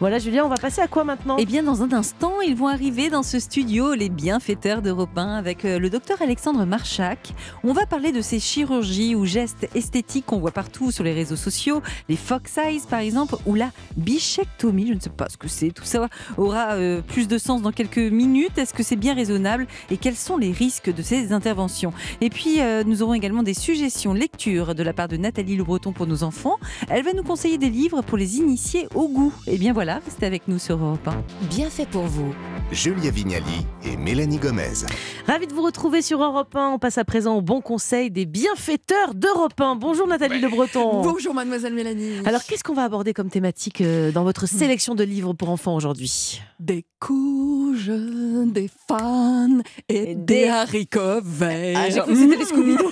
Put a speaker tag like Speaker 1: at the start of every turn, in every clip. Speaker 1: Voilà, Julien, on va passer à quoi maintenant
Speaker 2: Eh bien, dans un instant, ils vont arriver dans ce studio, les bienfaiteurs d'Europe 1, avec euh, le docteur Alexandre Marchac. On va parler de ces chirurgies ou gestes esthétiques qu'on voit partout sur les réseaux sociaux, les fox eyes par exemple, ou la bichectomie. Je ne sais pas ce que c'est. Tout ça aura euh, plus de sens dans quelques minutes. Est-ce que c'est bien raisonnable et quels sont les risques de ces interventions Et puis, euh, nous aurons également des suggestions lecture de la part de Nathalie Le Breton pour nos enfants. Elle va nous conseiller des livres pour les initier au goût. Et bien voilà, restez avec nous sur Europe 1.
Speaker 3: Bien fait pour vous.
Speaker 4: Julia Vignali et Mélanie Gomez.
Speaker 1: Ravi de vous retrouver sur Europe 1. On passe à présent au bon conseil des bienfaiteurs d'Europe 1. Bonjour Nathalie Le Breton.
Speaker 5: Bonjour mademoiselle Mélanie.
Speaker 1: Alors, qu'est-ce qu'on va aborder comme thématique euh, dans votre sélection de livres pour enfants aujourd'hui
Speaker 5: Des couches, des fans et,
Speaker 2: Et
Speaker 5: des...
Speaker 2: des-
Speaker 5: haricots verts.
Speaker 2: Ah, j'ai cru que c'était les Scooby-Doo.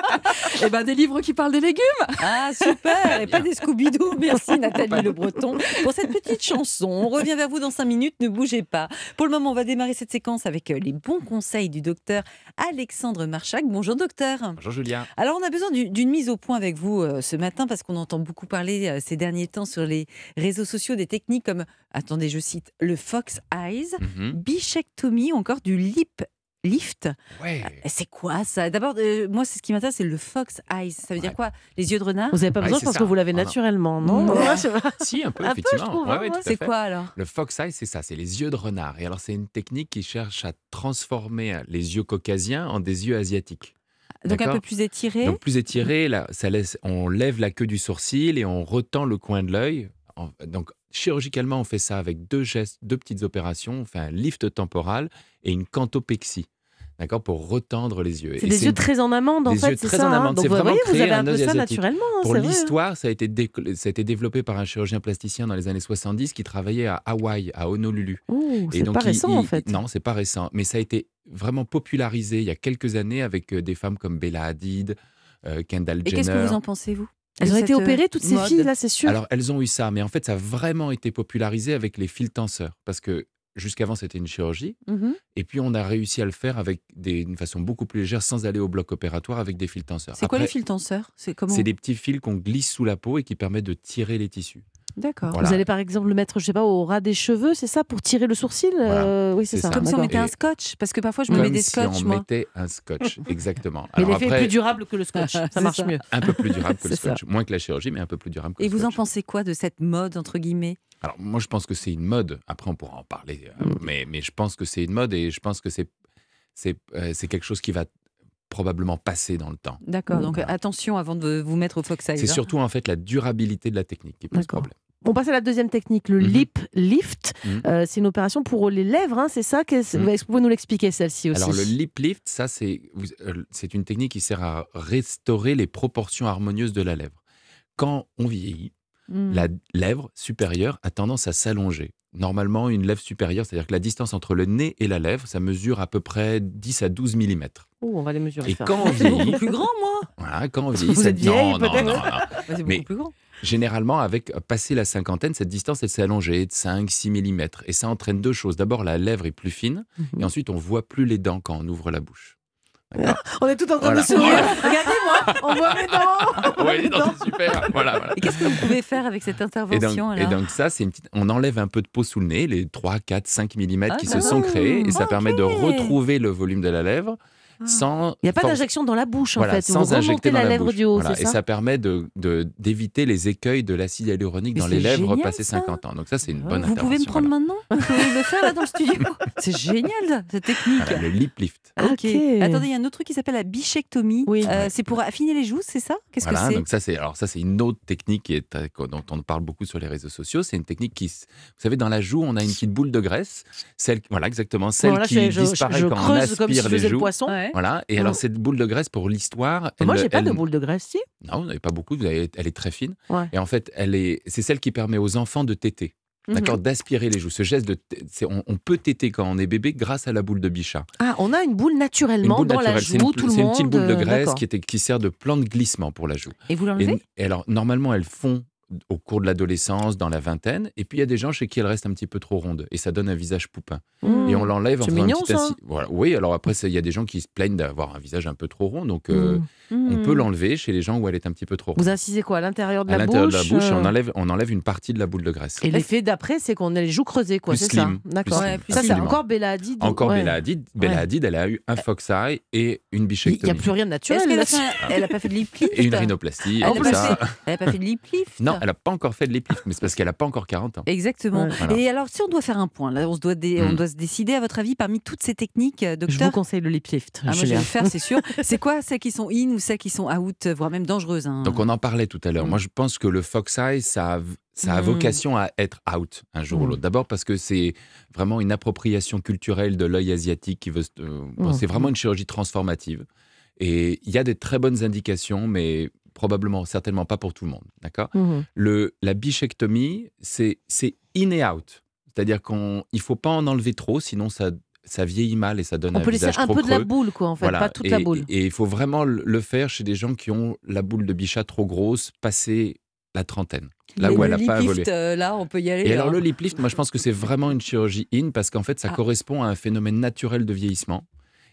Speaker 5: et ben des livres qui parlent des légumes.
Speaker 2: Ah, super Et pas des Scooby-Doo. Merci Nathalie Le Breton pour cette petite chanson. On revient vers vous dans 5 minutes, ne bougez pas. Pour le moment, on va démarrer cette séquence avec euh, les bons conseils du docteur Alexandre Marchac. Bonjour docteur.
Speaker 6: Bonjour Julien.
Speaker 2: Alors, on a besoin du- d'une mise au point avec vous euh, ce matin parce qu'on entend beaucoup parler euh, ces derniers temps sur les réseaux sociaux des techniques comme, attendez, je cite, le Fox Eyes,
Speaker 6: Mm-hmm.
Speaker 2: bichectomie ou encore du lip lift.
Speaker 6: Ouais.
Speaker 2: C'est quoi ça D'abord, euh, moi, c'est ce qui m'intéresse, c'est le Fox Eyes. Ça veut dire
Speaker 6: Ouais.
Speaker 2: quoi Les yeux de renard
Speaker 1: Vous n'avez pas
Speaker 6: Ouais,
Speaker 1: besoin
Speaker 6: c'est
Speaker 1: parce
Speaker 6: ça.
Speaker 1: que vous l'avez
Speaker 6: Ah non.
Speaker 1: naturellement, non
Speaker 6: Ouais.
Speaker 1: Je sais pas.
Speaker 6: Si, un peu,
Speaker 1: Un peu, je
Speaker 6: effectivement.
Speaker 1: trouve,
Speaker 6: Ouais,
Speaker 1: hein,
Speaker 6: ouais,
Speaker 1: ouais.
Speaker 6: tout à
Speaker 2: C'est
Speaker 6: fait.
Speaker 2: quoi alors
Speaker 6: Le fox eye, c'est ça, c'est les yeux de renard. Et alors, c'est une technique qui cherche à transformer hein, les yeux caucasiens en des yeux asiatiques.
Speaker 2: Donc un
Speaker 6: D'accord.
Speaker 2: peu plus étiré.
Speaker 6: Donc, plus étiré, là, ça laisse, on lève la queue du sourcil et on retend le coin de l'œil. En- Donc, chirurgicalement, on fait ça avec deux gestes, deux petites opérations. On fait un lift temporal et une cantopexie. D'accord Pour retendre les yeux.
Speaker 1: C'est
Speaker 6: Et
Speaker 1: des yeux très en amande, en
Speaker 6: des
Speaker 1: fait,
Speaker 6: yeux
Speaker 1: c'est
Speaker 6: très
Speaker 1: ça.
Speaker 6: en
Speaker 1: hein.
Speaker 6: amande.
Speaker 1: Donc,
Speaker 6: C'est
Speaker 1: vous
Speaker 6: vraiment
Speaker 1: voyez, vous
Speaker 6: créer
Speaker 1: avez
Speaker 6: un
Speaker 1: un peu
Speaker 6: œil
Speaker 1: ça
Speaker 6: asiatique.
Speaker 1: naturellement, hein,
Speaker 6: Pour
Speaker 1: c'est vrai.
Speaker 6: l'histoire, ça, a été déc- ça a été développé par un chirurgien plasticien dans les années 70 qui travaillait à Hawaï, à Honolulu.
Speaker 1: Ouh,
Speaker 6: Et
Speaker 1: C'est
Speaker 6: donc,
Speaker 1: pas
Speaker 6: il-
Speaker 1: récent,
Speaker 6: il-
Speaker 1: en fait.
Speaker 6: Non, c'est pas récent. Mais ça a été vraiment popularisé il y a quelques années avec euh, des femmes comme Bella Hadid, euh, Kendall
Speaker 2: Et
Speaker 6: Jenner.
Speaker 2: qu'est-ce que vous en pensez, vous
Speaker 1: Elles
Speaker 2: de
Speaker 1: ont été
Speaker 2: cette, euh,
Speaker 1: opérées, toutes ces
Speaker 2: mode
Speaker 1: filles, là, c'est sûr.
Speaker 6: Alors, elles ont eu ça, mais en fait, ça a vraiment été popularisé avec les fils tenseurs. Parce que jusqu'avant, c'était une chirurgie.
Speaker 2: Mhm.
Speaker 6: Et puis, on a réussi à le faire avec des, une façon beaucoup plus légère, sans aller au bloc opératoire, avec des fils tenseurs.
Speaker 2: C'est quoi
Speaker 6: Après,
Speaker 2: les fils tenseurs C'est comment
Speaker 6: C'est des petits fils qu'on glisse sous la peau et qui permettent de tirer les tissus.
Speaker 2: D'accord.
Speaker 6: Voilà.
Speaker 1: Vous allez par exemple le mettre, je sais pas, au ras des cheveux, c'est ça, pour tirer le sourcil
Speaker 6: Voilà.
Speaker 1: Euh, Oui, c'est
Speaker 6: C'est
Speaker 1: ça.
Speaker 6: ça.
Speaker 2: Comme si on
Speaker 1: d'accord.
Speaker 2: mettait
Speaker 6: Et-
Speaker 2: un scotch, parce que parfois je me
Speaker 6: Comme
Speaker 2: mets des
Speaker 6: si
Speaker 2: scotch,
Speaker 6: on
Speaker 2: moi.
Speaker 6: mettait un scotch, exactement.
Speaker 1: Mais
Speaker 6: Alors
Speaker 1: l'effet est
Speaker 6: après,
Speaker 1: plus durable que le scotch, ça
Speaker 2: C'est
Speaker 1: marche
Speaker 2: ça.
Speaker 1: mieux.
Speaker 6: un peu plus durable que le
Speaker 1: C'est ça.
Speaker 6: scotch, moins que la chirurgie, mais un peu plus durable que
Speaker 2: Et
Speaker 6: le
Speaker 2: vous en
Speaker 6: scotch.
Speaker 2: pensez quoi de cette mode, entre guillemets
Speaker 6: Alors moi, je pense que c'est une mode. Après, on pourra en parler, euh, mais, mais je pense que c'est une mode et je pense que c'est c'est euh, c'est quelque chose qui va probablement passer dans le temps.
Speaker 2: D'accord,
Speaker 6: Mm.
Speaker 2: donc euh, attention avant de vous mettre au Fox Eyes.
Speaker 6: C'est
Speaker 2: hein.
Speaker 6: surtout en fait la durabilité de la technique qui pose
Speaker 1: D'accord.
Speaker 6: problème.
Speaker 1: On passe à la deuxième technique, le
Speaker 6: Mhm.
Speaker 1: lip lift.
Speaker 6: Mhm.
Speaker 1: Euh, c'est une opération pour les lèvres, hein, c'est ça Qu'est-ce-
Speaker 6: Mhm.
Speaker 1: Est-ce que vous pouvez nous l'expliquer celle-ci aussi
Speaker 6: Alors le lip lift, ça c'est vous- euh, c'est une technique qui sert à restaurer les proportions harmonieuses de la lèvre. Quand on vieillit,
Speaker 1: Mmh.
Speaker 2: Mm.
Speaker 6: la lèvre supérieure a tendance à s'allonger. Normalement, une lèvre supérieure, c'est-à-dire que la distance entre le nez et la lèvre, ça mesure à peu près 10 à 12 mm.
Speaker 1: Ouh, Oh, on va les mesurer.
Speaker 6: Et
Speaker 1: ça.
Speaker 6: quand on
Speaker 2: C'est beaucoup
Speaker 6: vieillit,
Speaker 2: plus grand, moi
Speaker 6: voilà, quand on vieillit,
Speaker 1: Vous
Speaker 6: cette-
Speaker 1: êtes vieille,
Speaker 6: non, non,
Speaker 1: peut-être
Speaker 6: non, non.
Speaker 2: Bah, C'est beaucoup
Speaker 6: Mais-
Speaker 2: plus grand.
Speaker 6: Généralement, avec euh, passé la cinquantaine, cette distance, elle s'est allongée de 5-6 mm. Et ça entraîne deux choses. D'abord, la lèvre est plus fine,
Speaker 1: Mhm.
Speaker 6: et ensuite, on voit plus les dents quand on ouvre la bouche. D'accord
Speaker 1: On est tout en train
Speaker 6: Voilà.
Speaker 1: de sourire. Regardez-moi, on voit mes dents. On voit
Speaker 6: Ouais,
Speaker 1: mes Ah, dents.
Speaker 6: non, c'est super. Voilà, voilà.
Speaker 2: Et qu'est-ce que vous pouvez faire avec cette
Speaker 6: Et donc,
Speaker 2: intervention
Speaker 6: et
Speaker 2: alors
Speaker 6: donc ça, c'est une petite... on enlève un peu de peau sous le nez, les 3, 4, 5 mm qui
Speaker 2: Ah,
Speaker 6: se sont créés, et ça
Speaker 2: ok.
Speaker 6: permet de retrouver le volume de la lèvre sans...
Speaker 1: Ah. Il n'y a pas
Speaker 6: force-
Speaker 1: d'injection dans la bouche en
Speaker 6: voilà,
Speaker 1: fait. Vous
Speaker 6: sans injecter
Speaker 1: remontez
Speaker 6: dans
Speaker 1: la,
Speaker 6: la,
Speaker 1: lèvre
Speaker 6: bouche.
Speaker 1: du haut,
Speaker 6: Voilà,
Speaker 1: c'est
Speaker 6: Et
Speaker 1: ça,
Speaker 6: ça permet d'éviter de, d'éviter les écueils de l'acide hyaluronique
Speaker 2: Mais
Speaker 6: dans les
Speaker 2: c'est
Speaker 6: lèvres
Speaker 2: génial,
Speaker 6: passées
Speaker 2: ça.
Speaker 6: 50 ans. Donc ça, c'est une bonne
Speaker 2: Vous pouvez me
Speaker 6: intervention,
Speaker 2: prendre maintenant Vous pouvez le faire là dans le studio C'est génial, cette technique.
Speaker 6: voilà. Voilà, Le lip lift.
Speaker 1: Ok.
Speaker 2: Ok. Attendez, il y a un autre truc qui s'appelle la bichectomie.
Speaker 1: Oui.
Speaker 2: Euh, c'est pour affiner les joues, c'est ça Qu'est-ce
Speaker 6: Voilà,
Speaker 2: que c'est
Speaker 6: donc ça c'est alors ça c'est une autre technique qui est, euh, dont on parle beaucoup sur les réseaux sociaux. C'est une technique qui, s- vous savez, dans la joue on a une petite boule de graisse, celle voilà exactement celle
Speaker 1: Bon, là,
Speaker 6: qui
Speaker 1: c'est- je,
Speaker 6: disparaît
Speaker 1: je
Speaker 6: quand on
Speaker 1: creuse
Speaker 6: aspire
Speaker 1: comme si je
Speaker 6: les
Speaker 1: faisais le
Speaker 6: joues.
Speaker 1: poisson.
Speaker 2: Ouais.
Speaker 6: Voilà. Et alors, cette boule de graisse, pour l'histoire.
Speaker 1: Ah. Moi,
Speaker 6: elle-
Speaker 1: j'ai pas de
Speaker 6: elle-
Speaker 1: boule de graisse, si.
Speaker 6: Non, vous n'avez pas beaucoup. Vous avez- elle est très fine.
Speaker 1: Ouais.
Speaker 6: Et en fait, elle est, c'est celle qui permet aux enfants de téter.
Speaker 1: Mhm.
Speaker 6: D'accord D'aspirer les joues. Ce geste de. t- c'est- on, on peut téter quand on est bébé grâce à la boule de bichat.
Speaker 1: Ah, on a une boule naturellement dans la
Speaker 6: C'est une,
Speaker 1: joue, tout le
Speaker 6: c'est une
Speaker 1: monde.
Speaker 6: petite boule de
Speaker 1: euh,
Speaker 6: graisse
Speaker 1: d'accord.
Speaker 6: qui, était- qui sert de plan de glissement pour la joue.
Speaker 2: Et vous
Speaker 6: Et,
Speaker 2: l'enlevez
Speaker 6: et alors, normalement, elles font au cours de l'adolescence, dans la vingtaine. Et puis il y a des gens chez qui elle reste un petit peu trop ronde et ça donne un visage poupin.
Speaker 1: Mmh.
Speaker 6: Et on l'enlève en
Speaker 1: C'est
Speaker 6: faisant un
Speaker 1: mignon,
Speaker 6: petit
Speaker 1: ça.
Speaker 6: assis- Voilà. Oui, alors après, c'est- il y a des gens qui se plaignent d'avoir un visage un peu trop rond.
Speaker 1: Hmm.
Speaker 6: Donc euh, on peut l'enlever chez les gens où elle est un petit peu trop ronde.
Speaker 1: Mhm. Vous incisez quoi À l'intérieur de
Speaker 6: À
Speaker 1: la bouche
Speaker 6: l'intérieur de la bouche, et
Speaker 1: euh,
Speaker 6: on, enlève, on enlève une partie de la boule de graisse.
Speaker 1: Et l'effet d'après, c'est qu'on a les joues creusées, quoi,
Speaker 6: Plus
Speaker 1: c'est ça
Speaker 6: slim, plus
Speaker 1: D'accord.
Speaker 6: slim,
Speaker 2: Ouais, plus
Speaker 1: ça, c'est
Speaker 6: absolument.
Speaker 1: encore Bella Hadid.
Speaker 6: Encore
Speaker 1: ouais.
Speaker 6: Bella Hadid. Bella
Speaker 1: Ouais.
Speaker 6: Hadid, elle a eu un fox eye et
Speaker 1: Il
Speaker 6: une
Speaker 1: n'y a
Speaker 6: bichectomie.
Speaker 1: plus Ah, rien de
Speaker 2: Est-ce
Speaker 1: naturel.
Speaker 2: qu'elle a
Speaker 1: là-dessus.
Speaker 2: fait un- elle a pas fait de lip lift
Speaker 6: Et une rhinoplastie.
Speaker 2: Elle
Speaker 6: et
Speaker 2: n'a
Speaker 6: tout
Speaker 2: pas,
Speaker 6: ça.
Speaker 2: fait- elle a pas fait de lip lift
Speaker 6: Non, elle n'a pas encore fait de lip lift, mais c'est parce qu'elle n'a pas encore hein. 40 ans.
Speaker 2: Exactement.
Speaker 1: Ouais.
Speaker 6: Voilà.
Speaker 2: Et alors, si on doit faire un point, là, on, se doit dé- on
Speaker 6: Mm.
Speaker 2: doit se décider, à votre avis, parmi toutes ces techniques, euh,
Speaker 1: Je vous
Speaker 2: docteur
Speaker 1: conseille le lip lift.
Speaker 2: Ah, moi, je vais
Speaker 1: Julien.
Speaker 2: le faire, c'est sûr. C'est quoi celles qui sont in ou celles qui sont out, euh, voire même dangereuses hein.
Speaker 6: Donc on en parlait tout à l'heure.
Speaker 2: Mm.
Speaker 6: Moi, je pense que le fox eye, ça a, ça a
Speaker 2: Mm.
Speaker 6: vocation à être out un jour ou
Speaker 1: Mm.
Speaker 6: l'autre. D'abord parce que c'est vraiment une appropriation culturelle de l'œil asiatique qui veut. se- euh, bon,
Speaker 1: Mm.
Speaker 6: C'est vraiment une chirurgie transformative. Et il y a des très bonnes indications, mais probablement, certainement pas pour tout le monde. D'accord
Speaker 1: Mhm.
Speaker 6: le, la bichectomie, c'est c'est in et out.
Speaker 1: Mm.
Speaker 6: C'est-à-dire qu'il ne faut pas en enlever trop, sinon ça, ça vieillit mal et ça donne
Speaker 1: On
Speaker 6: un
Speaker 1: peut laisser
Speaker 6: visage
Speaker 1: un
Speaker 6: trop
Speaker 1: peu de la
Speaker 6: creux.
Speaker 1: boule, quoi, en fait,
Speaker 6: Voilà.
Speaker 1: pas toute
Speaker 6: et,
Speaker 1: la boule.
Speaker 6: Et et il faut vraiment le- le faire chez des gens qui ont la boule de bichat trop grosse, passé la trentaine, là
Speaker 2: Mais
Speaker 6: où elle
Speaker 2: le
Speaker 6: n'a
Speaker 2: lip
Speaker 6: pas
Speaker 2: lift,
Speaker 6: évolué.
Speaker 2: euh, là, on peut y aller.
Speaker 6: Et alors
Speaker 2: hein.
Speaker 6: le lip lift, moi je pense que c'est vraiment une chirurgie in parce qu'en fait ça
Speaker 2: Ah.
Speaker 6: correspond à un phénomène naturel de vieillissement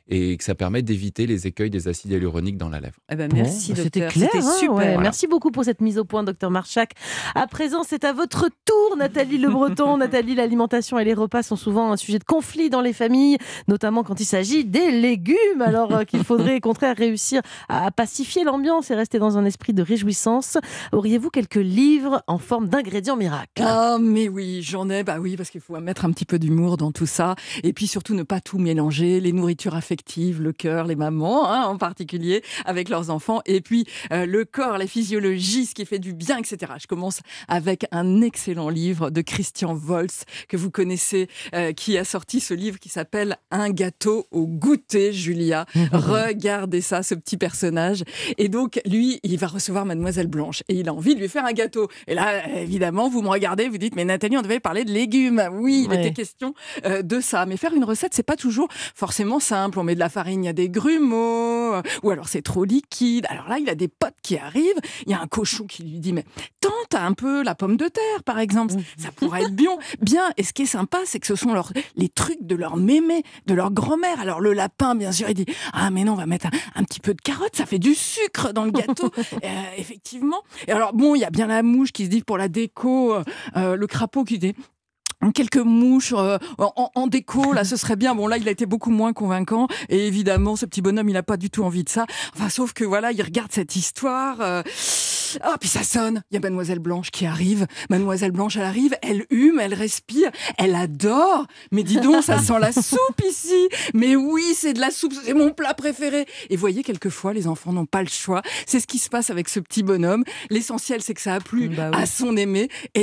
Speaker 6: et que ça permet d'éviter les écueils des acides hyaluroniques dans la lèvre.
Speaker 2: Eh ben,
Speaker 1: Bon,
Speaker 2: merci,
Speaker 1: bah,
Speaker 2: docteur.
Speaker 1: C'était clair. hein,
Speaker 2: super.
Speaker 1: ouais.
Speaker 6: Voilà.
Speaker 1: Merci beaucoup pour cette mise au point, docteur Marchak. À présent, c'est à votre tour, Nathalie Le Breton. Nathalie, l'alimentation et les repas sont souvent un sujet de conflit dans les familles, notamment quand il s'agit des légumes. Alors euh, qu'il faudrait, au contraire, réussir à à pacifier l'ambiance et rester dans un esprit de réjouissance. Auriez-vous quelques livres en forme d'ingrédients miracles
Speaker 5: Ah, mais oui, j'en ai, bah oui, parce qu'il faut mettre un petit peu d'humour dans tout ça. Et puis surtout ne pas tout mélanger, les nourritures affectives, le cœur, les mamans hein, en particulier, avec leurs enfants. Et puis euh, le corps, la physiologie, ce qui fait du bien, etc. Je commence avec un excellent livre de Christian Volz, que vous connaissez, euh, qui a sorti ce livre qui s'appelle Un gâteau au goûter, Julia. Regardez ça, ce petit personnage. Et donc, lui, il va recevoir Mademoiselle Blanche et il a envie de lui faire un gâteau. Et là, évidemment, vous me regardez, vous dites, mais Nathalie, on devait parler de légumes. Oui, il
Speaker 1: Ouais.
Speaker 5: était question euh, de ça. Mais faire une recette, c'est pas toujours forcément simple. On met de la farine, il y a des grumeaux, euh, ou alors c'est trop liquide. Alors là, il a des potes qui arrivent, il y a un cochon qui lui dit, mais tente un peu la pomme de terre, par exemple. Ça pourrait être bien. Bien. Et ce qui est sympa, c'est que ce sont leurs- les trucs de leur mémé, de leur grand-mère. Alors le lapin, bien sûr, il dit, ah mais non, on va mettre un, un petit peu de carotte, ça fait du sucre dans le gâteau, Euh, effectivement. Et alors bon, il y a bien la mouche qui se dit pour la déco, euh, euh, le crapaud qui dit quelques mouches euh, en, en déco, là ce serait bien. Bon là, il a été beaucoup moins convaincant et évidemment, ce petit bonhomme, il n'a pas du tout envie de ça. Enfin, sauf que voilà, il regarde cette histoire. euh, Ah, puis ça sonne. Il y a Mademoiselle Blanche qui arrive. Mademoiselle Blanche, elle arrive, elle hume, elle respire, elle adore. Mais dis donc, ça sent la soupe ici. Mais oui, c'est de la soupe, c'est mon plat préféré. Et voyez, quelquefois, les enfants n'ont pas le choix. C'est ce qui se passe avec ce petit bonhomme. L'essentiel, c'est que ça a plu
Speaker 2: Bah oui.
Speaker 5: à son aimé. Et